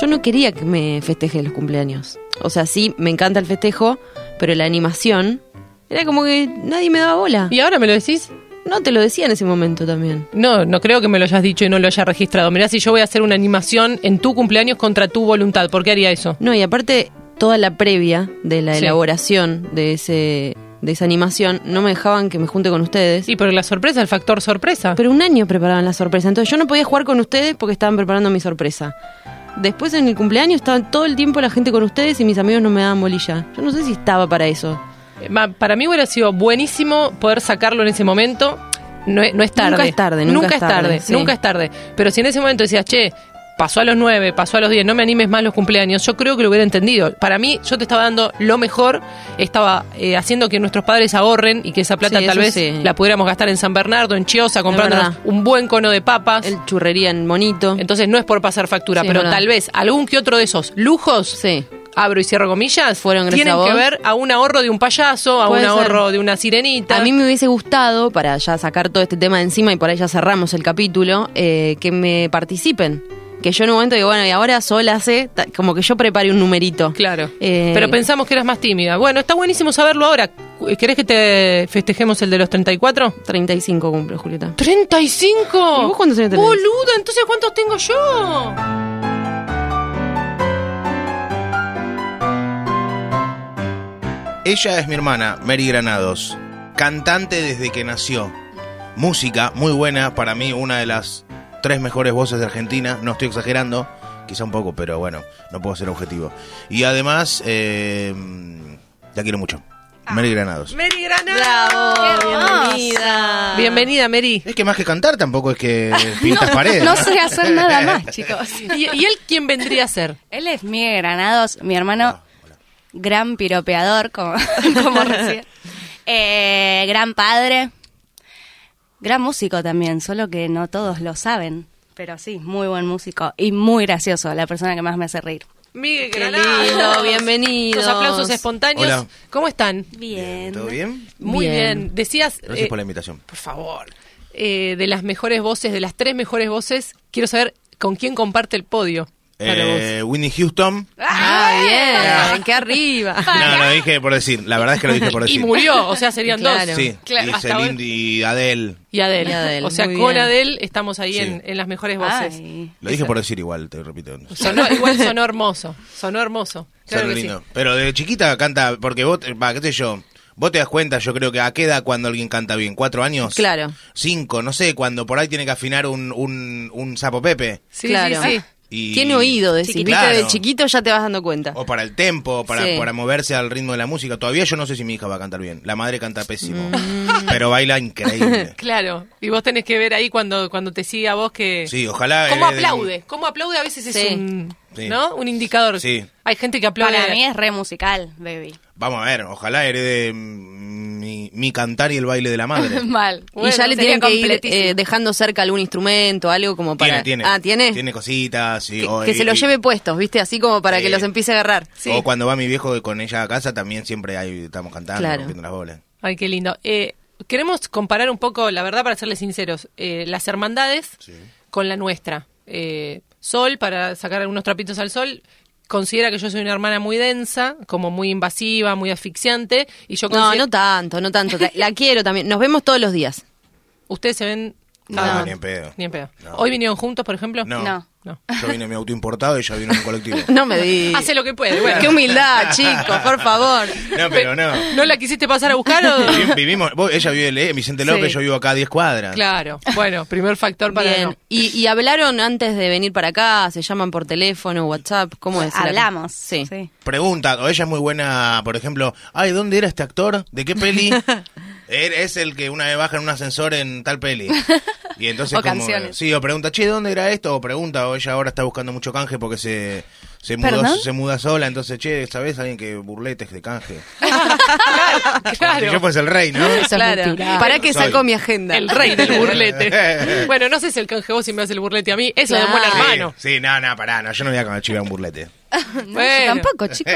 Yo no quería que me festeje los cumpleaños. O sea, sí, me encanta el festejo, pero la animación era como que nadie me daba bola. ¿Y ahora me lo decís? No te lo decía en ese momento también. No, no creo que me lo hayas dicho y no lo hayas registrado. Mirá, si yo voy a hacer una animación en tu cumpleaños contra tu voluntad, ¿por qué haría eso? No, y aparte, toda la previa de la Sí. elaboración de ese de esa animación no me dejaban que me junte con ustedes. Sí, pero la sorpresa, el factor sorpresa. Pero un año preparaban la sorpresa. Entonces yo no podía jugar con ustedes porque estaban preparando mi sorpresa. Después en el cumpleaños estaban todo el tiempo la gente con ustedes y mis amigos no me daban bolilla. Yo no sé si estaba para eso. Eh, ma- Para mí hubiera sido buenísimo poder sacarlo en ese momento. No es, no es tarde. Nunca es tarde, nunca es es tarde. tarde, sí. Nunca es tarde. Pero si en ese momento decías, che, pasó a los nueve, pasó a los diez, no me animes más los cumpleaños, yo creo que lo hubiera entendido. Para mí, yo te estaba dando lo mejor, estaba eh, haciendo que nuestros padres ahorren y que esa plata Sí, tal eso vez sí. la pudiéramos gastar en San Bernardo, en Chiosa, comprándonos verdad. un buen cono de papas. El churrería en monito. Entonces no es por pasar factura, Sí, pero es verdad. tal vez algún que otro de esos lujos Sí. abro y cierro comillas, Fueron gracias tienen a vos. que ver a un ahorro de un payaso, a un Puede ser. ahorro de una sirenita. A mí me hubiese gustado, para ya sacar todo este tema de encima y por ahí ya cerramos el capítulo, eh, que me participen. Que yo en un momento digo, bueno, y ahora sola sé, ta- como que yo prepare un numerito. Claro. Eh, Pero pensamos que eras más tímida. Bueno, está buenísimo saberlo ahora. eh, ¿Querés que te festejemos el de los 34? 35 cumple, Julieta. ¡35! ¿Y vos cuántos años tenés? Boluda, entonces ¿cuántos tengo yo? Ella es mi hermana, Mary Granados, cantante desde que nació. Música muy buena, para mí una de las tres mejores voces de Argentina, no estoy exagerando, quizá un poco, pero bueno, no puedo ser objetivo. Y además, eh, la quiero mucho, Ah. Mary Granados. Mary Granada. ¡Bravo! hermosa. Bienvenida. Bienvenida, Mary. Es que más que cantar tampoco es que pintas paredes. No sé hacer nada más, chicos. ¿Y, y él quién vendría a ser? Él es Miguel Granados, mi hermano, gran piropeador, como, como recién. Eh, gran padre, gran músico también, solo que no todos lo saben. Pero sí, muy buen músico y muy gracioso, la persona que más me hace reír. Miguel Qué Granados. lindo, bienvenidos. Los aplausos espontáneos. Hola. ¿Cómo están? Bien. ¿Todo bien? Muy bien. Bien. Decías. Gracias eh, por la invitación. por favor, eh, de las mejores voces, de las tres mejores voces, quiero saber con quién comparte el podio. para vos. Eh, Whitney Houston. Ah, bien. Qué arriba. No, lo dije por decir, la verdad es que lo dije por Y decir. murió, o sea, serían Claro. dos. Sí, Claro, y hasta ahora- Celine y Adele. y Adele. Y Adele, O sea, muy con bien. Adele estamos ahí Sí. en, en las mejores voces. Ay. Lo dije por decir igual, te repito. Sonó- igual sonó hermoso, sonó hermoso. Claro Sonó que sí. lindo. Pero de chiquita canta, porque vos, eh, va, qué sé yo, vos te das cuenta, yo creo que a qué edad cuando alguien canta bien, cuatro años. Claro. Cinco, no sé, cuando por ahí tiene que afinar un, un, un sapo pepe. Sí, Claro. sí, sí. Y- Tiene oído, decís. Chiquitito. Viste, de Claro. chiquito ya te vas dando cuenta. O para el tempo, o para, Sí. para moverse al ritmo de la música. Todavía yo no sé si mi hija va a cantar bien. La madre canta pésimo. Mm. Pero baila increíble. Claro, y vos tenés que ver ahí cuando, cuando te sigue a vos que... Sí, ojalá. ¿Cómo hereden un- aplaude? ¿Cómo aplaude? A veces es Sí. un... Sí. ¿No? Un indicador. Sí. Hay gente que aplaude. Para mí es re musical, baby. Vamos a ver, ojalá herede mm, mi, mi cantar y el baile de la madre. Mal. y ya le Sería tienen que ir completísimo. eh, dejando cerca algún instrumento, algo como para. Tiene, tiene. Ah, tiene. Tiene cositas. sí, que Oh, o- que se lo y- lleve puestos, ¿viste? Así como para Sí. que los empiece a agarrar. O cuando va mi viejo con ella a casa, también siempre ahí estamos cantando, Claro. rompiendo las bolas. Ay, qué lindo. Eh, queremos comparar un poco, la verdad, para serles sinceros, eh, las hermandades con la nuestra. Eh, Sol, para sacar algunos trapitos al sol, considera que yo soy una hermana muy densa, como muy invasiva, muy asfixiante, y yo No, consider- no tanto, no tanto. La- La quiero también. Nos vemos todos los días. Ustedes se ven... No, Ah, ni en pedo. Ni en pedo. No. ¿Hoy vinieron juntos, por ejemplo? No. No. No. Yo vine en mi auto importado y ella vino en un colectivo. No me di. Hace lo que puede, bueno. Qué humildad, chicos, por favor. No, pero no. ¿No la quisiste pasar a buscar o...? Vivi- Vivimos, vos- ella vive en Le- Vicente López, Sí. yo vivo acá a 10 cuadras. Claro. Bueno, primer factor para... Bien. no. ¿Y, y hablaron antes de venir para acá? ¿Se llaman por teléfono, WhatsApp? ¿Cómo es? la- Hablamos. Sí. sí. Pregunta, o ella es muy buena, por ejemplo, ay, ¿dónde era este actor? ¿De qué peli? Er- es el que una vez baja en un ascensor en tal peli. Y entonces O como, canciones. sí, o pregunta, "Che, ¿dónde era esto?" o pregunta, o ella ahora está buscando mucho canje porque se se mudó, ¿Perdón? se muda sola, entonces, "Che, ¿sabés alguien que burletes de canje?" Como Claro. Si yo fuese el rey, ¿no? Eso es Claro. mentira. ¿Para que Soy. sacó mi agenda? El rey del burlete. bueno, no sé si el canje vos si me hace el burlete a mí. Eso de buen Claro. hermano. Sí, sí, no, no, pará, no, yo no voy a chivar un burlete. no, yo Bueno. tampoco, chicos.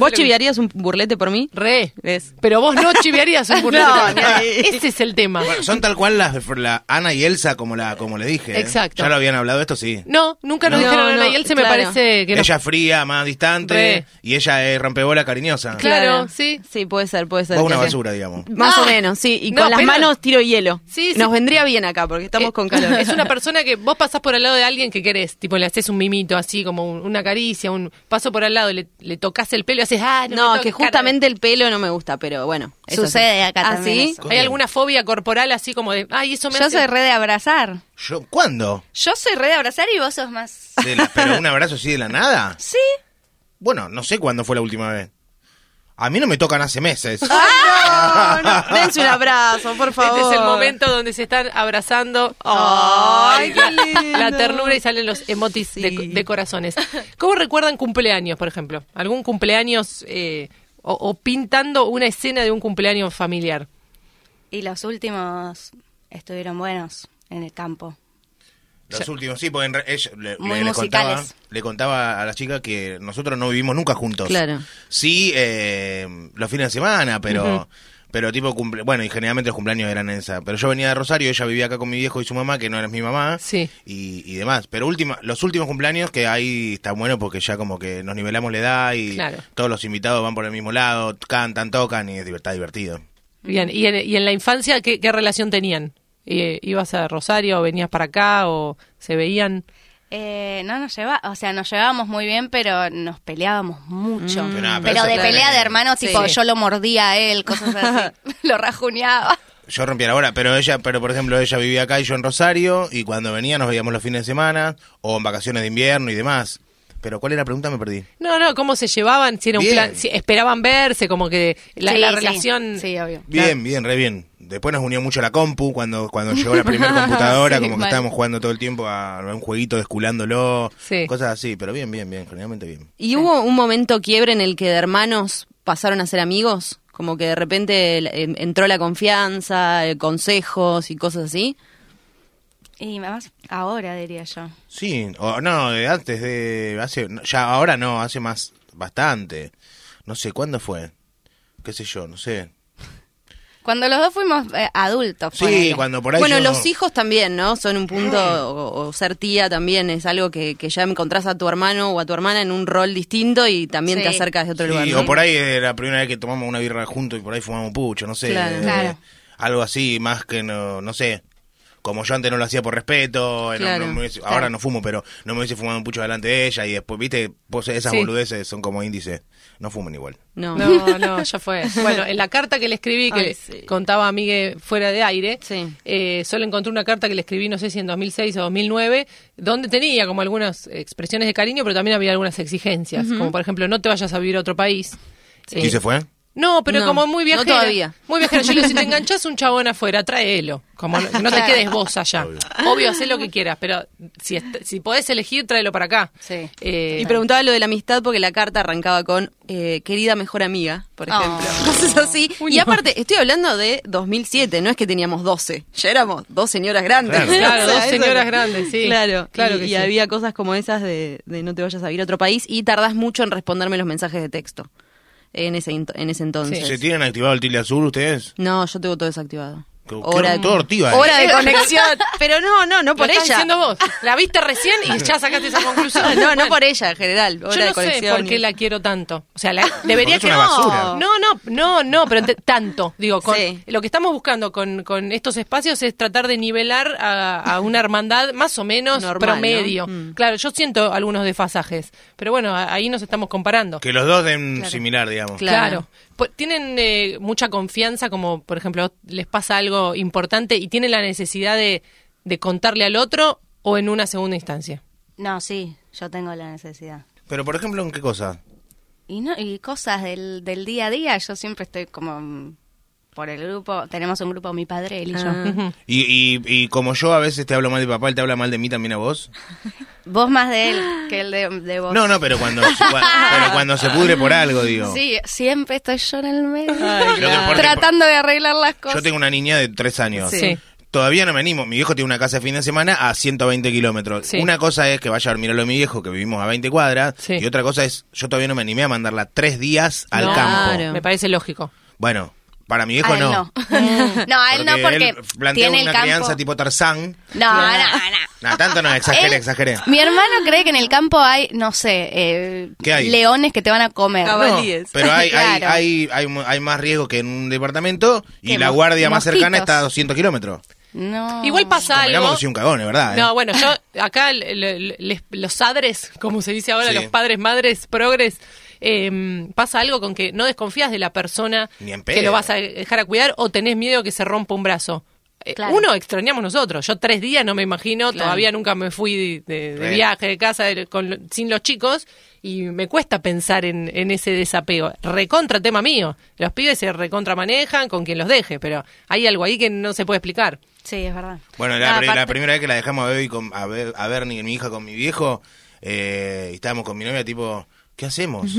¿Vos chiviarías un burlete por mí? Re. ¿Ves? Pero vos no chiviarías un burlete. No, ni ahí. Ese es el tema. Bueno, son tal cual las la Ana y Elsa, como la como le dije. ¿eh? Exacto. Ya lo habían hablado esto, sí. No, nunca nos No, dijeron no, nada y él se me claro. parece que no. Ella fría, más distante, Re. y ella es rompebola cariñosa. Claro. sí. Sí, puede ser, puede ser. Vos una que sí. basura, digamos. Más Ah. o menos, sí. Y No, con las pero- manos tiro hielo. Sí, sí. Nos vendría bien acá porque estamos Eh, con calor. Es una persona que vos pasás por al lado de alguien que querés, tipo le haces un mimito así, como un- una caricia, un paso por al lado, le, le tocas el pelo y haces, ah, no, me No, es toques, que cara". justamente el pelo no me gusta, pero bueno. eso Sucede acá ¿Ah, también sí? eso. ¿Hay alguna fobia corporal así como de, ay, eso me Yo hace- soy re de abrazar. Yo, ¿Cuándo? Yo soy re de abrazar y vos sos más. De la- ¿Pero un abrazo así de la nada? Sí. Bueno, no sé cuándo fue la última vez. A mí no me tocan hace meses. ¡Ah, no, no! Dense un abrazo, por favor. Este es el momento donde se están abrazando. Ay, qué la, lindo. la ternura y salen los emotis de, de corazones. ¿Cómo recuerdan cumpleaños, por ejemplo? ¿Algún cumpleaños eh, o, o pintando una escena de un cumpleaños familiar? Y los últimos estuvieron buenos en el campo. Los últimos, sí, porque en re- ella- le, Muy le- le contaba, musicales. le contaba a la chica que nosotros no vivimos nunca juntos. Claro. Sí, eh, los fines de semana, pero... Pero tipo, cumple, bueno, y generalmente los cumpleaños eran en esa. Pero yo venía de Rosario, ella vivía acá con mi viejo y su mamá, que no era mi mamá, Sí. y, y demás. Pero última, los últimos cumpleaños que ahí está bueno porque ya como que nos nivelamos la edad y Claro. todos los invitados van por el mismo lado, cantan, tocan y es diver- está divertido. Bien, y en, y en la infancia, ¿qué, qué relación tenían? Eh, ¿Ibas a Rosario, venías para acá o se veían? Eh, no nos lleva, o sea, nos llevábamos muy bien, pero nos peleábamos mucho. Mm. Pero pero nada, pero eso de es pelea claro. de hermanos, Sí. tipo, yo lo mordía a él, cosas así. lo rajuneaba. Yo rompía la bola, pero ella, pero por ejemplo, ella vivía acá y yo en Rosario, y cuando venía nos veíamos los fines de semana, o en vacaciones de invierno y demás. Pero ¿cuál era la pregunta? Me perdí. No, no, ¿cómo se llevaban? Si era un Bien. plan, si esperaban verse, como que la, Sí, la sí. relación... Sí, obvio. Bien, bien, re bien. Después nos unió mucho la compu, cuando, cuando llegó la primera computadora, Sí, como que mal. estábamos jugando todo el tiempo a un jueguito desculándolo, Sí. cosas así, pero bien, bien, bien, generalmente bien. ¿Y hubo un momento quiebre en el que de hermanos pasaron a ser amigos? Como que de repente el- en- entró la confianza, eh, consejos y cosas así. Y más ahora, diría yo. Sí, o no, de antes de, hace, no, ya ahora no, hace más, bastante. No sé, ¿cuándo fue? Qué sé yo, no sé. Cuando los dos fuimos eh, adultos. Sí, ponele. cuando por ahí bueno, yo- los hijos también, ¿no? Son un punto, o, o ser tía también es algo que, que ya encontrás a tu hermano o a tu hermana en un rol distinto y también Sí. te acercas de otro Sí, lugar. o ¿no? por ahí era la primera vez que tomamos una birra juntos y por ahí fumamos un pucho, no sé. Claro. eh, Claro. Algo así, más que no, no sé. Como yo antes no lo hacía por respeto, eh, no- Claro, no me hubiese- claro. ahora no fumo, pero no me hubiese fumado un pucho delante de ella y después, viste, Vos esas Sí. boludeces son como índices, no fumen igual. No. No, no, ya fue. Bueno, en la carta que le escribí, que Ay, le sí. contaba a Migue fuera de aire, Sí. eh, solo encontré una carta que le escribí, no sé si en 2006 o 2009, donde tenía como algunas expresiones de cariño, pero también había algunas exigencias, como por ejemplo, no te vayas a vivir a otro país. Eh, ¿Y se fue? No, pero No, como muy viajera. no todavía. Muy viajera. Yo le digo, si te enganchas un chabón afuera, tráelo. Como no, no te Claro. quedes vos allá. Obvio, haz lo que quieras, pero si, est- si podés elegir, tráelo para acá. Sí. Eh, Y preguntaba lo de la amistad porque la carta arrancaba con eh, querida mejor amiga, por Oh. ejemplo. Cosas así. Ah. Uy, y no. aparte, estoy hablando de 2007, no es que teníamos 12, ya éramos dos señoras grandes. Claro. Claro, dos eso señoras no. grandes, sí. Claro, Claro y, que y sí. había cosas como esas de, de no te vayas a ir a otro país y tardás mucho en responderme los mensajes de texto en ese, int- en ese entonces. ¿Se tienen activado el tilde azul ustedes? No, yo tengo todo desactivado. Qué- qué tortiva, eh. hora de conexión. Pero no, no, no Lo por estás ella. diciendo vos. La viste recién y ya sacaste esa conclusión. No, no Bueno, por ella en general. Hora Yo de no sé conexión por qué y- la quiero tanto. O sea, la, debería Porque es que una no. basura. No, no, no, no, pero te- tanto. Digo, con- Sí. lo que estamos buscando con, con estos espacios es tratar de nivelar a, a una hermandad más o menos Normal, promedio. ¿no? Mm. Claro, yo siento algunos desfasajes, pero bueno, a- ahí nos estamos comparando. Que los dos den similar, digamos. Claro. Claro. Po- ¿Tienen eh, mucha confianza como, por ejemplo, les pasa algo importante y tienen la necesidad de, de contarle al otro o en una segunda instancia? No, sí, yo tengo la necesidad. Pero por ejemplo, ¿en qué cosa? Y, no, y cosas del, del día a día, yo siempre estoy como mm, por el grupo, tenemos un grupo, mi padre, él y Ah. yo. Mm. Y, y, y como yo a veces te hablo mal de papá, él te habla mal de mí también a vos. Vos más de él que él de, de vos. No, no, pero cuando, pero cuando se pudre por algo, digo. Sí, siempre estoy yo en el medio, Lo que por- tratando de arreglar las cosas. Yo tengo una niña de tres años. Sí. Todavía no venimos. Mi viejo tiene una casa de fin de semana a 120 kilómetros. Sí. Una cosa es que vaya a dormir a lo de mi viejo, que vivimos a 20 cuadras. Sí. Y otra cosa es, yo todavía no me animé a mandarla tres días al No, campo. Claro. Me parece lógico. Bueno, para mi viejo A él no. no, a él no porque plantea tiene una el campo. crianza tipo Tarzán. No, no, no. Nah, tanto no, exageré, Él- exageré. Mi hermano cree que en el campo hay, no sé, eh, ¿Qué hay? leones que te van a comer. Cab- No, Valíes. pero hay, Claro. hay, hay, hay, mu- hay más riesgo que en un departamento y ¿Qué, la mos- guardia más cercana mosquitos? está a 200 kilómetros. Ah. No. Igual pasa Miramos algo. que soy un cagón, es verdad. ¿eh? No, bueno, yo acá el- el- el- les- los adres, como se dice ahora, Sí. los padres, madres, progres, eh, pasa algo con que no desconfías de la persona Ni en pedo. que lo vas a dejar a cuidar o tenés miedo que se rompa un brazo. Eh, Claro. Uno, extrañamos nosotros. Yo tres días no me imagino, todavía nunca me fui de, de- de Re. viaje, de casa, de- con lo- sin los chicos y me cuesta pensar en, en ese desapego. Recontra tema mío. Los pibes se recontra manejan con quien los deje, pero hay algo ahí que no se puede explicar. Sí, es verdad. Bueno, la, No, pri- la aparte- primera vez que la dejamos a Bebe y con, a, Be- a Bernie, mi hija, con mi viejo, eh, y estábamos con mi novia, tipo, ¿qué hacemos?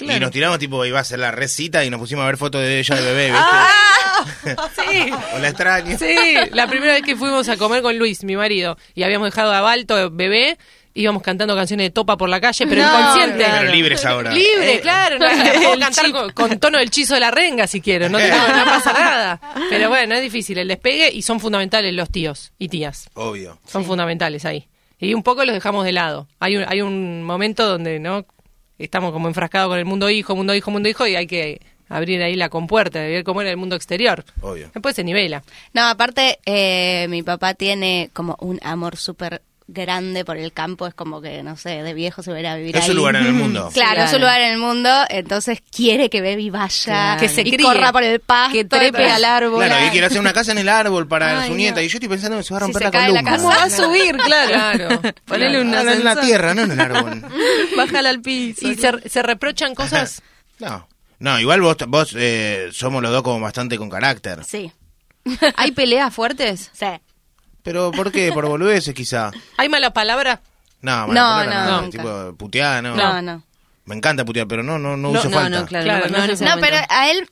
Y nos tiramos, tipo, iba a hacer la recita y nos pusimos a ver fotos de ella de bebé, ¿viste? Ah, Sí. O la extraña. Sí, la primera vez que fuimos a comer con Luis, mi marido, y habíamos dejado a Balto bebé, íbamos cantando canciones de topa por la calle, pero No, inconsciente. claro. Eh, Pero libres ahora. Libre, claro, no, la puedo El cantar chip. con, con tono del chizo de la renga si quiero, no, no- no pasa nada. Pero bueno, es difícil el despegue y son fundamentales los tíos y tías, Obvio. son fundamentales ahí. Y un poco los dejamos de lado. Hay un, hay un momento donde no estamos como enfrascados con el mundo hijo, mundo hijo, mundo hijo y hay que abrir ahí la compuerta, de ver cómo era el mundo exterior. Obvio. Después se nivela. No, aparte, eh, mi papá tiene como un amor súper grande por el campo. Es como que, no sé, de viejo se va a ir a vivir Es ahí. un lugar en el mundo. Claro, es Claro. un lugar en el mundo, entonces quiere que Baby vaya, Claro. Que se y críe, corra por el pasto, que trepe todo. al árbol. Claro, y quiere hacer una casa en el árbol para Ay, su nieta. no. Y yo estoy pensando que se va a Si romper se la cae la columna. casa. a subir, claro. Claro. Ponele un Ah, en la ascensor. tierra, no en el árbol. Bájala al piso. Y se, se reprochan cosas. No. No, igual vos, vos eh, somos los dos como bastante con carácter. Sí, ¿Hay peleas fuertes? sí. Pero ¿por qué? Por boludeces quizá. ¿Hay mala palabra? No, No, no, no, no, nunca. tipo puteada, no. No, no. Me encanta putear, pero no no No, no, uso no, falta. no, claro. Claro, no, no en sé. ese No, momento. pero a él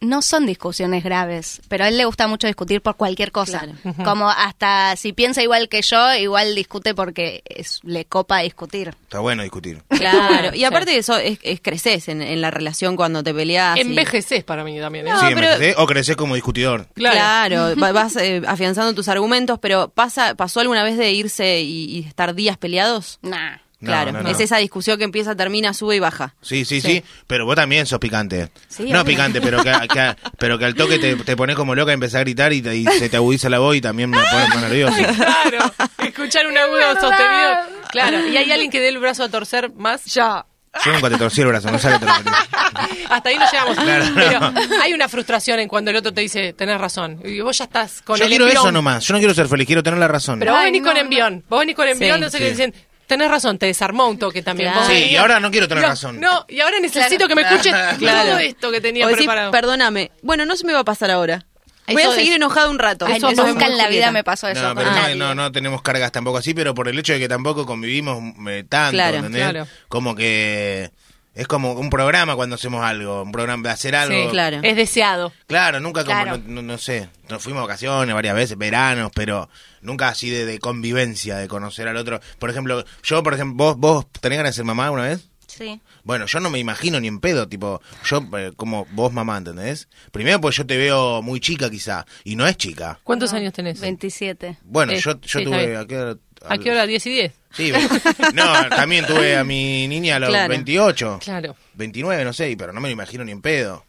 no son discusiones graves, pero a él le gusta mucho discutir por cualquier cosa. Claro. Como hasta si piensa igual que yo, igual discute porque es- le copa discutir. Está bueno discutir. Claro, y Sí. aparte de eso, es, es- creces en, en la relación cuando te Ah, peleas. y- Envejeces para mí también. ¿eh? No, Sí, pero- ¿me entendés? o creces como discutidor. Claro, va- vas eh, afianzando tus argumentos, pero pasa, ¿pasó alguna vez de irse y, y estar días peleados? Nah. No, claro, no, no. es esa discusión que empieza, termina, sube y baja. Sí, sí, sí, pero vos también sos picante. Sí, no obvio. picante, pero que, que- pero que al toque te, te pones como loca, empezás a gritar y, te- y se te agudiza la voz y también me pones más nervioso. Claro. Escuchar un agudo sostenido. Claro. ¿Y hay alguien que dé el brazo a torcer más? Ya. Yo nunca te torcí el brazo, no sabes te lo metí. Hasta ahí no llegamos. Claro, pero no. hay una frustración en cuando el otro te dice, tenés razón. Y vos ya estás con Yo el quiero envión. eso nomás, yo no quiero ser feliz, quiero tener la razón. Pero vos Ay, venís no, con no. envión. Vos venís con envión, Sí. no sé qué Sí. dicen. Tenés razón, te desarmó un toque también. Claro. Vos Sí, venís- y ahora no quiero tener No, razón. No, y ahora necesito que me Claro. escuches todo esto que tenía O decís, preparado. perdóname. Bueno, no se me va a pasar ahora. Voy Eso a seguir es- enojado un rato. Ay, Eso no, pasa nunca con en la vida Julieta. me pasó eso. No, con pero no, nadie. no, no tenemos cargas tampoco así, pero por el hecho de que tampoco convivimos eh, tanto, Claro, ¿entendés? claro. Como que es como un programa cuando hacemos algo, un programa de hacer algo. Sí, claro. Es deseado. Claro, nunca como, Claro. No, no- no sé, nos fuimos a vacaciones varias veces, veranos, pero nunca así de, de convivencia, de conocer al otro. Por ejemplo, yo, por ejemplo, ¿vos, vos tenés ganas de ser mamá una vez? Sí. Bueno, yo no me imagino ni en pedo, tipo, yo eh, como vos mamá, ¿entendés? Primero porque yo te veo muy chica quizá, y no es chica. ¿Cuántos años tenés? 27. Bueno, Eh, yo, yo sí, está tuve... bien. ¿a qué hora? ¿A qué hora? ¿10 y 10? Sí, ve- no, también tuve a mi niña a los Claro. 28. Claro. 29, no sé, pero no me lo imagino ni en pedo.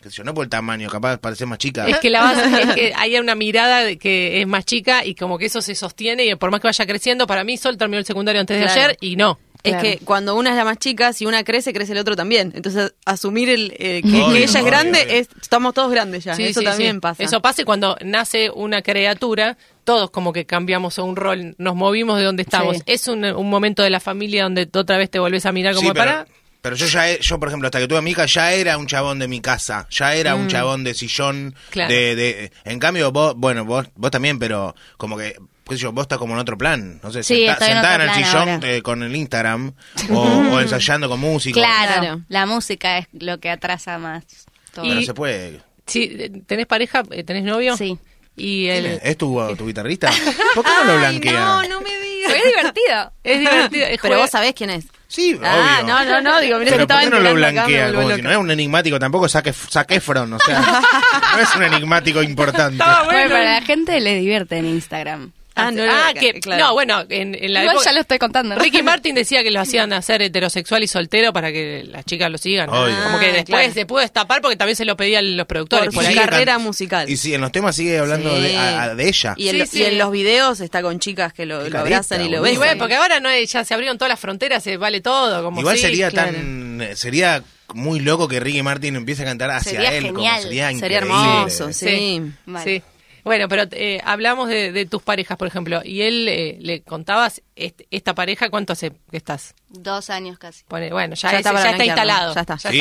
Que yo, no por el tamaño, capaz parece más chica. Es que, la vas, es que hay una mirada de que es más chica y como que eso se sostiene y por más que vaya creciendo, para mí Sol terminó el secundario antes de Claro. ayer y no. Es Claro. que cuando una es la más chica, si una crece, crece el otro también. Entonces, asumir el, eh, que, Obvio, que ella es obvio, grande, obvio. es- estamos todos grandes ya. Sí, Eso sí, también sí. pasa. Eso pasa y cuando nace una criatura, todos como que cambiamos a un rol, nos movimos de donde estamos. Sí. Es un, un momento de la familia donde otra vez te volvés a mirar como Sí, pero, para... pero yo ya, e- yo por ejemplo, hasta que tuve a mi hija, ya era un chabón de mi casa, ya era un chabón de sillón, Mm. Claro. de, de- en cambio vos, bueno, vos, vos también, pero como que, qué sé yo, vos estás como en otro plan, no sé, Sí, senta- estoy en sentada en, otro el plan sillón ahora. eh, con el Instagram, o, o ensayando con música, Claro, Claro. la música es lo que atrasa más todo. pero Y- se puede, Sí, ¿Tenés pareja? Eh, ¿Tenés novio? Sí. Y ¿Quién el, ¿Es? ¿Es tu, tu guitarrista? ¿Por qué no lo blanquea? No, no me digas. Fue divertido. es divertido. es Pero juega- vos sabés quién es. Sí, Ah, obvio. no, no, no, digo, mirá, Pero estaba ¿por qué no lo enterando acá, me blanquea? vuelvo Como si loca. no es un enigmático tampoco, saque, saque Fron, o sea, no es un enigmático importante. Estaba bueno. Bueno, para la gente le divierte en Instagram. Ah, no, no, Ah, no, que, claro. no, bueno, en, en la Igual época- ya lo estoy contando. Ricky Martin decía que lo hacían hacer heterosexual y soltero para que las chicas lo sigan. Obvio. Como que Ah, después claro. se pudo destapar porque también se lo pedían los productores Por por, su ahí. sigue carrera can- musical. Y sí, en los temas sigue hablando Sí. de, a- a- de ella. Y en, Sí, lo- sí. y en los videos está con chicas que lo, Qué lo abrazan careta, y lo boludo. Y besan. bueno, porque ahora no es- ya se abrieron todas las fronteras, se vale todo. Como Igual sí, sería claro. tan. eh, Sería muy loco que Ricky Martin empiece a cantar hacia Sería él. como genial. sería Sería increíble. hermoso, sí. Mal. sí. Bueno, pero eh, hablamos de, de tus parejas, por ejemplo, y él eh, le contabas est- esta pareja, ¿cuánto hace que estás? Dos años casi. Pone- bueno, ya, Ya es- está ya para está, blanquearlo, instalado, ya está. Sí.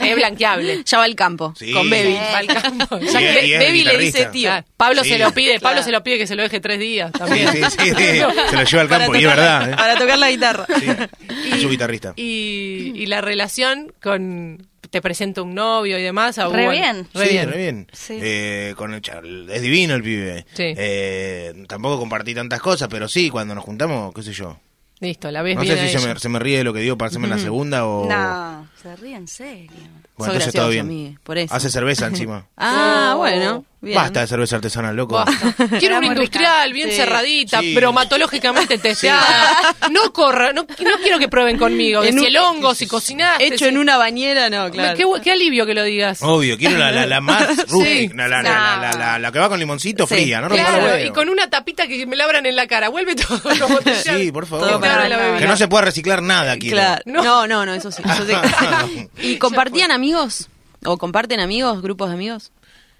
re- es blanqueable. Ya va al campo Sí. con Baby. Va al campo. Y Ya es- que y es Debbie le guitarrista. dice tío. Pablo Sí. se lo pide, Pablo Claro. se lo pide que se lo deje tres días Sí, también. sí, sí, sí. Se lo lleva al campo, Para y es tocar- verdad. ¿eh? Para tocar la guitarra. Sí, es su guitarrista. Y, y la relación con te presento un novio y demás. ah, Re bueno, bien. Re sí, bien. re bien. Sí. Eh, con el char- es divino el pibe. Sí. Eh, tampoco compartí tantas cosas, pero sí, cuando nos juntamos, qué sé yo. Listo, la ves No bien. sé a si se ella. me, se me ríe de lo que digo para hacerme la segunda o. No, se ríe en serio. Bueno, Sos entonces todo gracioso, bien. amigue, por eso. Hace cerveza encima. Ah, bueno. Bien. Basta de cerveza artesanal, loco. Basta. Quiero una Era muy industrial, bien Sí. cerradita, Sí. bromatológicamente testeada. No corra, no, no quiero que prueben conmigo. En que un- si el hongo, si cocinaste. Hecho si- en una bañera, no, claro. qué, qué alivio que lo digas. Obvio, quiero la, la, la más rústica, la, la, la, la, la- la que va con limoncito Sí. fría, ¿no? rompa claro, huevo. y con una tapita que me labran en la cara. Vuelve todo. los botellas. Sí, por favor. Todo para Claro, la la- bebida. Que no se pueda reciclar nada aquí. Claro. No. No. no, no, eso sí. eso sí. ¿Y compartían amigos? ¿O comparten amigos, grupos de amigos?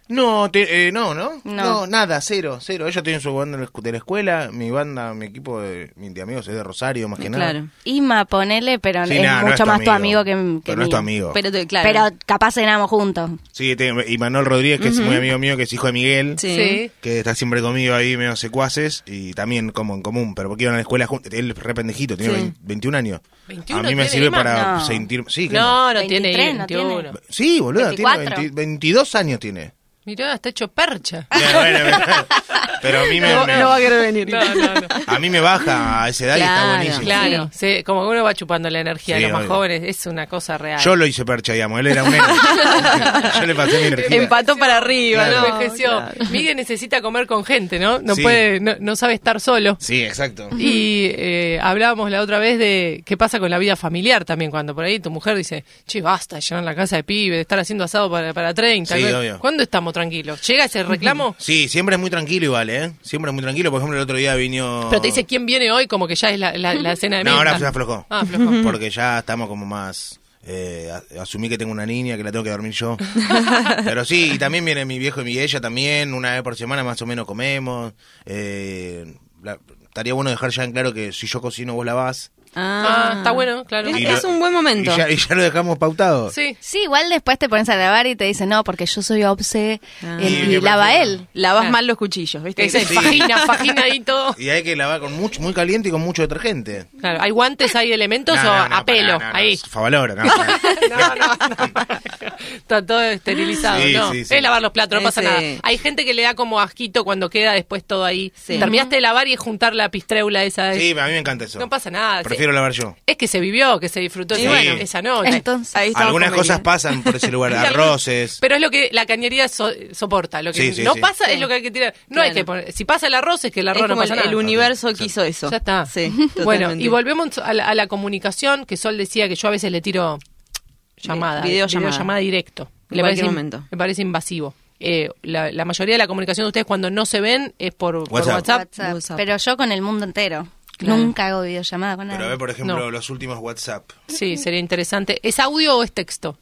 No, te- eh, no, no, No. nada, cero, cero. Ellos tienen su banda de la escu- de la escuela, mi banda, mi equipo de, mi- de amigos es de Rosario, más que nada. Claro. Ima, ponele, pero Sí, es nada, no mucho es más tu amigo que, que Pero no es tu mío. amigo. Pero, te- claro. Pero capaz cenamos juntos. Sí, te- y Manuel Rodríguez, que es muy amigo mío, que es hijo de Miguel. Sí. Sí. Que está siempre conmigo ahí, medio secuaces, y también como en común, pero porque iban a la escuela juntos. Él es re pendejito, tiene Sí. 20 21 años. 21 a mí me tiene, sirve Ima. para No. sentir. Sí, claro. No, no tiene 23, no 21. tiene. Sí, boluda, tiene 24. 20 22 años. tiene Mirá, está hecho percha. Bueno, bueno, pero- pero a mí me, me- querer venir. No, no, no. a mí me baja a esa edad y está Claro, buenísimo. Claro, sí, como uno va chupando la energía Sí, de los más obvio. jóvenes, es una cosa real. Yo lo hice percha, digamos, él era un nene. Yo le pasé mi energía. Empató para arriba, Claro. ¿no? Envejeció. Miguel necesita comer con gente, ¿no? No Sí. puede, no, no sabe estar solo. Sí, exacto. Y eh, hablábamos la otra vez de qué pasa con la vida familiar también, cuando por ahí tu mujer dice, che, basta de llenar la casa de pibe, de estar haciendo asado para, para 30. Sí, ¿no? obvio. ¿Cuándo estamos tranquilos? ¿Llega ese reclamo? Sí, siempre es muy tranquilo igual, ¿eh? Siempre es muy tranquilo. Por ejemplo, el otro día vino... Pero te dice quién viene hoy, como que ya es la, la- la cena de No, ahora mesa. se aflojó. Ah, aflojó. Porque ya estamos como más... Eh, a- asumí que tengo una niña, que la tengo que dormir yo. Pero sí, y también viene mi viejo y mi ella también. Una vez por semana más o menos comemos. Eh, la- estaría bueno dejar ya en claro que si yo cocino, vos lavás. Ah, está bueno, claro. Es, Y es lo- un buen Y momento. ya, y ya lo dejamos pautado. Sí. Sí, igual después te pones a grabar y te dicen, no, porque yo soy obse Ah. él- Y y, que lava prefiero. él. Lavas Ah. mal los cuchillos, ¿viste? Ese, Sí. Fajina, fajina y todo. Y hay que lavar con mucho, muy caliente y con mucho detergente. Claro, ¿hay guantes, hay elementos No, o no, no, a pelo? pará, no, no, ahí. es Favaloro, no, no. No, no, no. Está todo esterilizado, Sí, no. sí, sí. Es lavar los platos, no pasa Ese- nada. Hay gente que le da como asquito cuando queda después todo ahí. Sí. Terminaste de lavar y es juntar la pistreula esa. de- Sí, a mí me encanta eso. No pasa nada. Prefiero Sí. lavar yo. Es que se vivió, que se disfrutó Sí. y bueno, esa noche. Entonces, Ahí estamos Algunas con cosas Miguel. pasan por ese lugar, Y algún- arroces. Pero es lo que la cañería so- soporta. Lo que Sí, sí, no sí. pasa es lo que hay que tirar. No hay Claro. que poner. Si pasa el arroz, es que el Es arroz no como el, pasa nada. el universo quiso eso. Ya está. Sí, bueno, totalmente. y volvemos a la, a la comunicación, que Sol decía que yo a veces le tiro llamada. Vi- videollamada. videollamada directo. En cualquier momento. me parece invasivo. Eh, la, la mayoría de la comunicación de ustedes cuando no se ven es por por WhatsApp. WhatsApp. WhatsApp. WhatsApp. Pero yo con el mundo entero. Claro. Nunca hago videollamada con nadie. Pero a ver, por ejemplo, No. los últimos WhatsApp. Sí, sería interesante. ¿Es audio o es texto?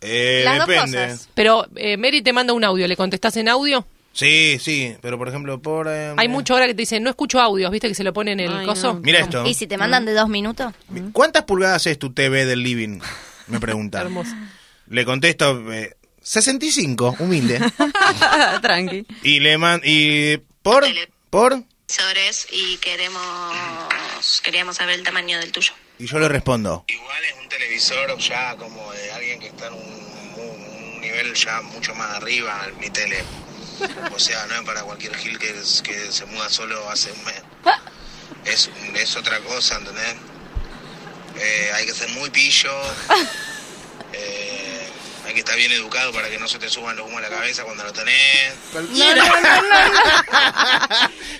Eh, Las dos depende. cosas. Pero eh, Mary te manda un audio, ¿le contestás en audio? Sí, sí, pero por ejemplo, por. eh, Hay mucho ahora que te dicen, no escucho audios, ¿viste que se lo pone en el Ay, coso? no. Mira esto. ¿Y si te mandan de dos minutos? ¿Cuántas pulgadas es tu TV del living? Me pregunta. Hermoso. Le contesto eh, 65, humilde. Tranqui. y le man y por por televisores y queremos queríamos saber el tamaño del tuyo. y yo le respondo. Igual es un televisor ya como de alguien que está en un, un- un nivel ya mucho más arriba, mi tele. O sea, no es para cualquier gil que, es- que se muda solo hace un mes. Ah. Es, un- es otra cosa, ¿entendés? Eh, hay que ser muy pillo. Eh, hay que estar bien educado para que no se te suban los humos a la cabeza cuando lo tenés. Cualquiera.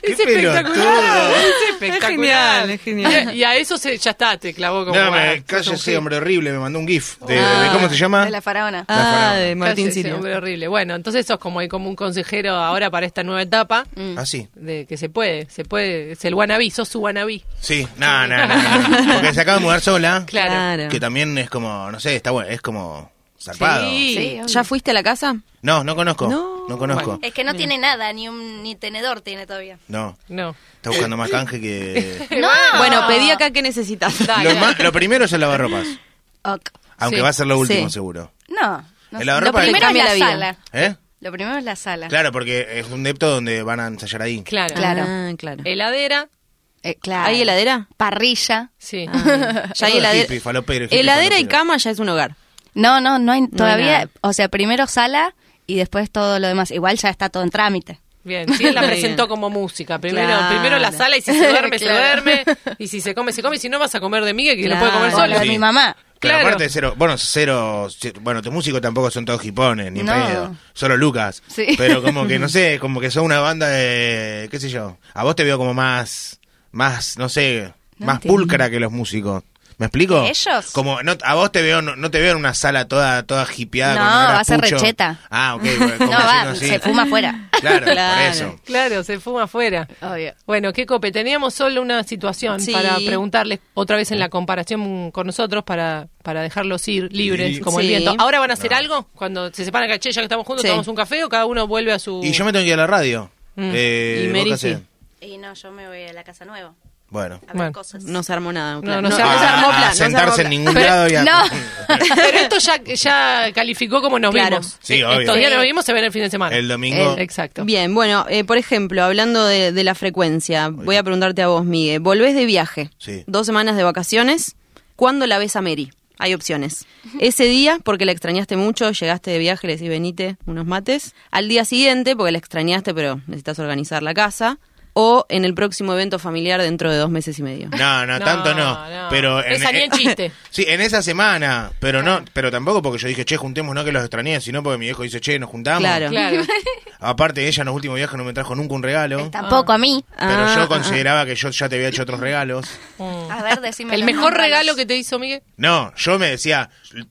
Qué Es espectacular. pelotudo. Es espectacular. Es genial, es genial. Y a eso se, ya está, te clavó como. No, ah, me, sos un cállese, gil. hombre horrible, me mandó un GIF. De, Ah, de- ¿Cómo se llama? De la faraona. Ah, de Martín Cállese, Sirio. hombre horrible. Bueno, entonces sos como, como un consejero ahora para esta nueva etapa. Ah, sí. Mm. De que se puede, se puede. Es el wannabe, sos su wannabe. Sí, no, no, no, no. Porque se acaba de mudar sola. Claro. Claro. Que también es como, no sé, está bueno, es como zarpado. Sí. Sí, ¿Ya fuiste a la casa? No, no conozco. No. No, conozco. Es que no tiene nada, ni un ni tenedor tiene todavía. No. No. Está buscando más canje que. Bueno, pedí acá que necesitas. lo, ma- lo primero es el lavarropas. Ok. Aunque Sí. va a ser lo último, Sí. Ah, seguro. No. El no sé. lavarropa lo le primero es cambia la, la vida. sala. ¿Eh? Lo primero es la sala. Claro, porque es un depto donde van a ensayar ahí. Claro. Claro. Ah, claro. Ah. Heladera. Eh, claro. ¿Hay heladera? Parrilla. Sí. Ah. Ya hay Eso es heladera. hippie, falopero, hippie, heladera y falopero. cama ya es un hogar. No, no, no hay hay todavía. nada. o sea, primero sala y después todo lo demás. Igual ya está todo en trámite. Bien, sí, él la Bien. presentó como música. Primero, Claro. primero la sala y si se duerme, Claro. se duerme. Y si se come, se come. Y si no, vas a comer de miga que lo Claro. puede comer Como lo sola. de mi mamá. Pero Claro. aparte de cero, bueno, cero, cero- bueno, tus músicos tampoco son todos hipones, ni en No. pedo, solo Lucas. Sí. Pero como que, no sé, como que son una banda de, qué sé yo, a vos te veo como más, más, no sé, No más entiendo. pulcra que los músicos. ¿Me explico? ¿Que ellos? Como no, a vos te veo, no, no te veo en una sala toda, toda hipeada. No, con olor va a ser pucho. recheta. Ah, ok. bueno, No, como va, diciendo así. se fuma afuera. Claro, Claro. por eso. Claro, se fuma afuera. Obvio. Bueno, qué cope. Teníamos solo una situación Sí. para preguntarles otra vez en la comparación con nosotros para, para dejarlos ir libres Sí. como el Sí. viento. ¿Ahora van a hacer algo? Cuando se separan, caché, ya que estamos juntos, Sí. tomamos un café o cada uno vuelve a su. Y yo me tengo que ir a la radio. Eh, Y ¿vos Mary qué hacés? sí. Y no, yo me voy a la casa nueva. Bueno. A ver Bueno. cosas. No se armó nada. claro. no se armó- no se armó a- a plan. no se armó Ah, sentarse plan. en ningún lado y a- No. Pero esto ya, ya calificó como nos Claro. vimos. Sí, obvio. Estos días nos vimos, se ven el fin de semana. El domingo. El- Exacto. Bien, bueno, eh, por ejemplo, hablando de, de la frecuencia, voy a preguntarte a vos, Miguel. Volvés de viaje, Sí. dos semanas de vacaciones, ¿cuándo la ves a Mary? Hay opciones. Ese día, porque la extrañaste mucho, llegaste de viaje, le decís venite unos mates. Al día siguiente, porque la extrañaste, pero necesitas organizar la casa. O en el próximo evento familiar dentro de dos meses y medio. No, no, No, tanto no. no. Pero e- Esa ni en chiste. Sí, en esa semana, pero no, pero tampoco porque yo dije, che, juntemos, no que los extrañé, sino porque mi viejo dice, che, nos juntamos. Claro. Claro. Aparte, ella en los últimos viajes no me trajo nunca un regalo. Tampoco a mí. Pero Ah, yo consideraba que yo ya te había hecho otros regalos. A ver, decime. El los mejor nombres. regalo que te hizo Miguel. No, yo me decía,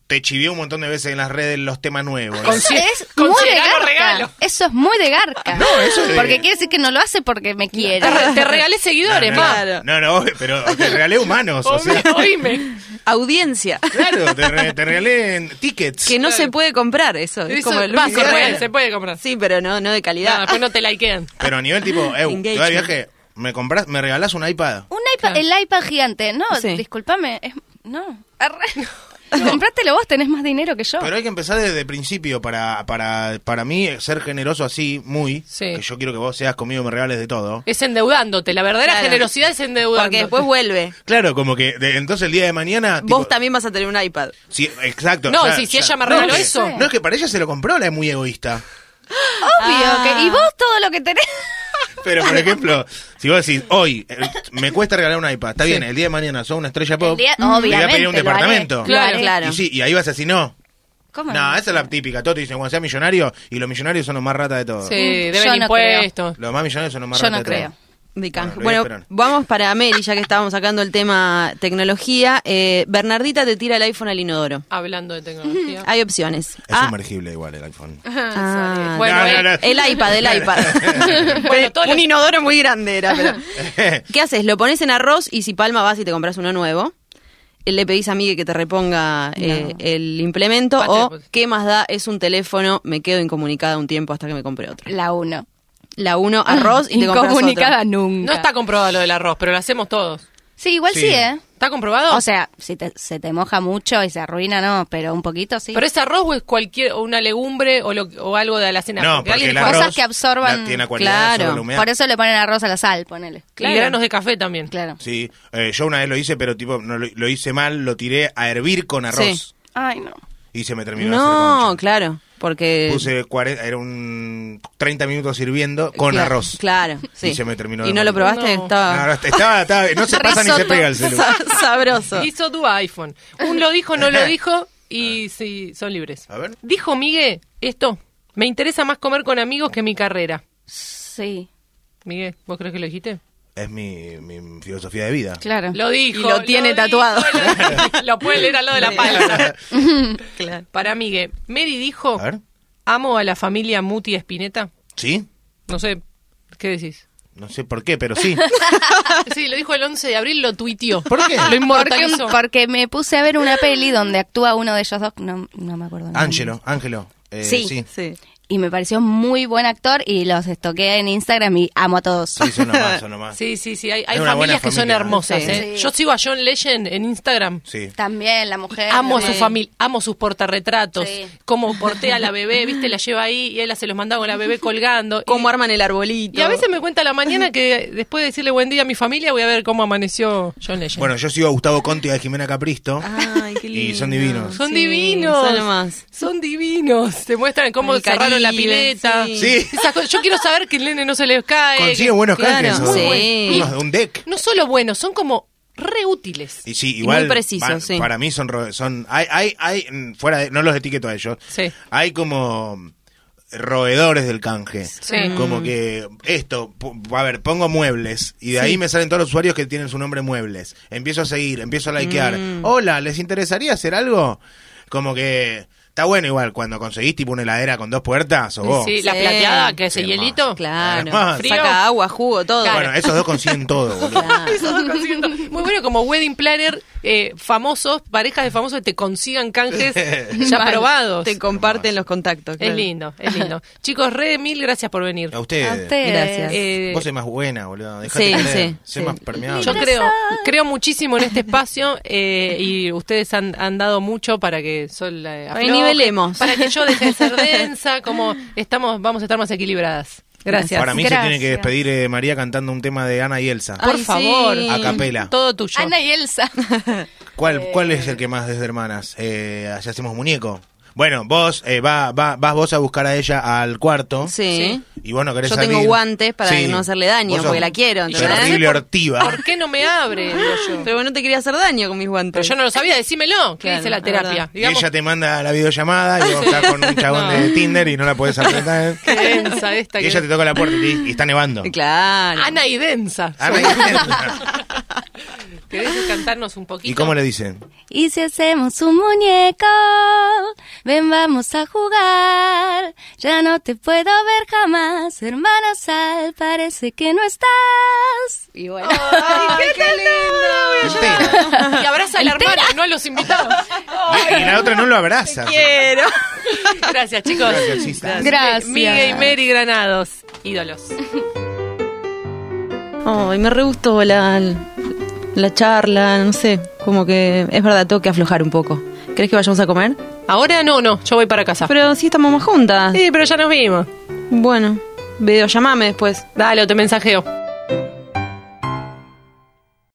te chivié un montón de veces en las redes los temas nuevos. Eso es Consideralo muy de garca. regalo. Eso es muy de garca. No, eso es de- Porque quiere decir que no lo hace porque me quiere. Te, re- te regalé seguidores, no, no, ma. no, no, pero te regalé humanos, o sea. Oíme, oíme. Audiencia. Claro, te, re- te regalé tickets. Que no se puede comprar eso. Es Eso como el va, único se puede, regalo. se puede comprar. Sí, pero no, no de No, calidad. después no te likean. Pero a nivel tipo, eu, te vas de Engagement. viaje, me compras, me regalás un iPad. Un iPad, el iPad gigante. No, Sí. discúlpame. Es... No. Arre. Comprátelo vos, tenés más dinero que yo. Pero hay que empezar desde el principio para, para, para mí ser generoso así, muy, Sí. que yo quiero que vos seas conmigo y me regales de todo. Es endeudándote. La verdadera Claro. generosidad es endeudándote. Porque después vuelve. Claro, como que de- entonces el día de mañana... tipo, Vos también vas a tener un iPad. sí, exacto. No, o sea, sí, si ya- ella me no, regaló es que- eso. No, es que para ella se lo compró, la es muy egoísta. Obvio. Ah. Que... Y vos todo lo que tenés. Pero, por ejemplo, si vos decís, hoy eh, me cuesta regalar un iPad, está bien, el día de mañana sos una estrella pop, El día- te voy a pedir Obviamente, un lo haré. departamento. Lo haré. Claro. Y, sí, y ahí vas así, no. ¿Cómo No, esa es la típica. Todos te dicen, cuando seas millonario, y los millonarios son los más ratas de todos. Sí, Mm, yo deben no impuestos. Los más millonarios son los más Yo ratas no de todos. creo. De canje. Bueno, Bueno, lo voy a esperar. vamos para Mary, ya que estábamos sacando el tema tecnología. Eh, Bernardita te tira el iPhone al inodoro. Hablando de tecnología. Hay opciones. Es Ah, sumergible igual el iPhone. ah, Bueno, No, no, no. El iPad, el iPad. Bueno, todo lo- un inodoro muy grande era, pero... ¿Qué haces? Lo pones en arroz y si palma vas y te compras uno nuevo. Le pedís a Miguel que te reponga eh, el implemento Patria, o pues. qué más da, es un teléfono, me quedo incomunicada un tiempo hasta que me compre otro. La uno. La uno, arroz y te compras otro. Ah, Incomunicada nunca. no está comprobado lo del arroz, pero lo hacemos todos. Sí, igual sí, Sí. ¿eh? ¿Está comprobado? O sea, si te- se te moja mucho y se arruina, no, pero un poquito sí. pero es arroz o es cualquier, o una legumbre o, lo- o algo de la cena. No, porque el cosas arroz que absorban- la- tiene acualidad, Claro. absorbe la humedad. Por eso le ponen arroz a la sal, ponele. Y granos de café también. Claro. Sí, eh, yo una vez lo hice, pero tipo no lo, lo hice mal, lo tiré a hervir con arroz Sí. Ay, no. y se me terminó de hacer No, concha. claro. Porque. Puse 40, era un 30 minutos hirviendo con Cla- arroz. Claro, sí. se me terminó ¿Y de no lo morir. probaste? No. Estaba No, no, estaba- estaba- no se pasa ni se Risotto. pega el celular. Sa- sabroso. Hizo tu iPhone. Un lo dijo, no lo dijo y sí, son libres. Ah. A ver. Dijo Miguel esto. Me interesa más comer con amigos que mi carrera. Sí, Miguel, ¿vos crees que lo dijiste? Es mi, mi filosofía de vida. claro. Lo dijo. Y lo tiene dijo, tatuado. lo- lo puede leer al lado de la palabra. Claro. Para Miguel, Mary dijo, A ver. amo a la familia Muti Espineta. ¿Sí? No sé, ¿qué decís? No sé por qué, pero sí. Sí, lo dijo el 11 de abril, lo tuiteó. ¿Por qué? Lo Porque, inmortalizó. porque me puse a ver una peli donde actúa uno de ellos dos, no, no me acuerdo. el nombre. Ángelo, Ángelo. eh, Sí. sí. Sí. Y me pareció muy buen actor y los estoqué en Instagram y amo a todos. Sí, son nomás, son nomás. Sí, sí, sí. Hay, hay Es una buena familias que son familia. hermosas. Sí. ¿eh? Sí. Yo sigo a John Legend en Instagram. Sí. También la mujer. Amo a la- su familia, amo sus portarretratos, Sí. cómo portea a la bebé, viste, la lleva ahí y él se los mandaba con la bebé colgando. Y- Cómo arman el arbolito. y, a veces me cuenta a la mañana que después de decirle buen día a mi familia voy a ver cómo amaneció John Legend. Bueno, yo sigo a Gustavo Conti y a Jimena Capristo. Ay, qué Y lindo. son divinos. son Sí, divinos. Son lo más. Son divinos. Te muestran cómo El cerraron la Caribe, pileta. sí. Sí. Esas cosas. Yo quiero saber que el nene no se les cae. Consiguen buenos claro, canjes. muy ¿no? bueno. Unos de un deck. No solo buenos, son como reútiles. Y sí, Y igual. muy preciso, van- sí. Para mí son. ro- son hay, hay, hay, mm, fuera de- no los etiqueto a ellos. Sí. Hay como roedores del canje. Mm. Sí. Como que esto, pu- a ver, pongo muebles y de ahí me salen todos los usuarios que tienen su nombre muebles. Empiezo a seguir, empiezo a likear. Mm. Hola, ¿les interesaría hacer algo? Como que está bueno igual cuando conseguís tipo una heladera con dos puertas o vos. Sí, la Sí. plateada, que es el Sí, hermano. hielito. Claro. Además. Saca agua, jugo, todo. Bueno, esos dos consiguen todo, boludo. Esos dos consiguen todo. Muy bueno, como wedding planner, eh, famosos, parejas de famosos que te consigan canjes ya Mal. probados. Te comparten los contactos. Es claro. lindo, es lindo. Chicos, re mil gracias por venir. A ustedes. A ustedes. Gracias. Eh, Vos sos más buena, boludo. Dejate Sí, querer. sí, Sé sí. más permeable. yo creo, creo muchísimo en este espacio eh, y ustedes han, han dado mucho para que Sol eh, Para que afloje, nivelemos. Para que yo deje de ser densa, como estamos, vamos a estar más equilibradas. Gracias. Para mí Gracias. se tiene que despedir eh, María cantando un tema de Ana y Elsa. Ah. Por Ay, favor, sí. A capela. todo tuyo. Ana y Elsa. ¿Cuál, ¿Cuál es el que más desde hermanas? Eh, allá hacemos muñeco. Bueno, vos eh, va, va, vas vos a buscar a ella al cuarto. Sí. Y vos no querés Yo tengo salir. guantes para no hacerle daño, Vos sos porque la quiero, ¿entendés? Terrible ortiva. ¿Por qué no me abre? Digo yo. Pero bueno, no te quería hacer daño con mis Pero guantes. yo no lo sabía, decímelo. ¿Qué Claro, dice la es terapia? verdad. Y Digamos, ella te manda la videollamada y vos estás con un chabón No. de Tinder y no la podés apretar. qué densa esta y que ella te toca la puerta y, y está nevando. Claro. Ana y densa. Ana y Elsa. ¿Querés cantarnos un poquito? ¿Y cómo le dicen? Y si hacemos un muñeco, ven vamos a jugar. Ya no te puedo ver jamás, hermana Sal, parece que no estás. Y bueno. ¡Ay, qué, lindo! Entera. Y abraza a la hermana, no a los invitados. Y la otra no lo abraza. Quiero. Gracias, chicos. Gracias, Isa. Gracias. Miguel y Mary Granados, ídolos. Ay, me re gustó la, la charla, no sé. Como que es verdad, tengo que aflojar un poco. ¿Crees que vayamos a comer? Ahora no, no, yo voy para casa. Pero sí estamos más juntas. Sí, pero ya nos vimos. Bueno, videollamame después. Dale, te mensajeo.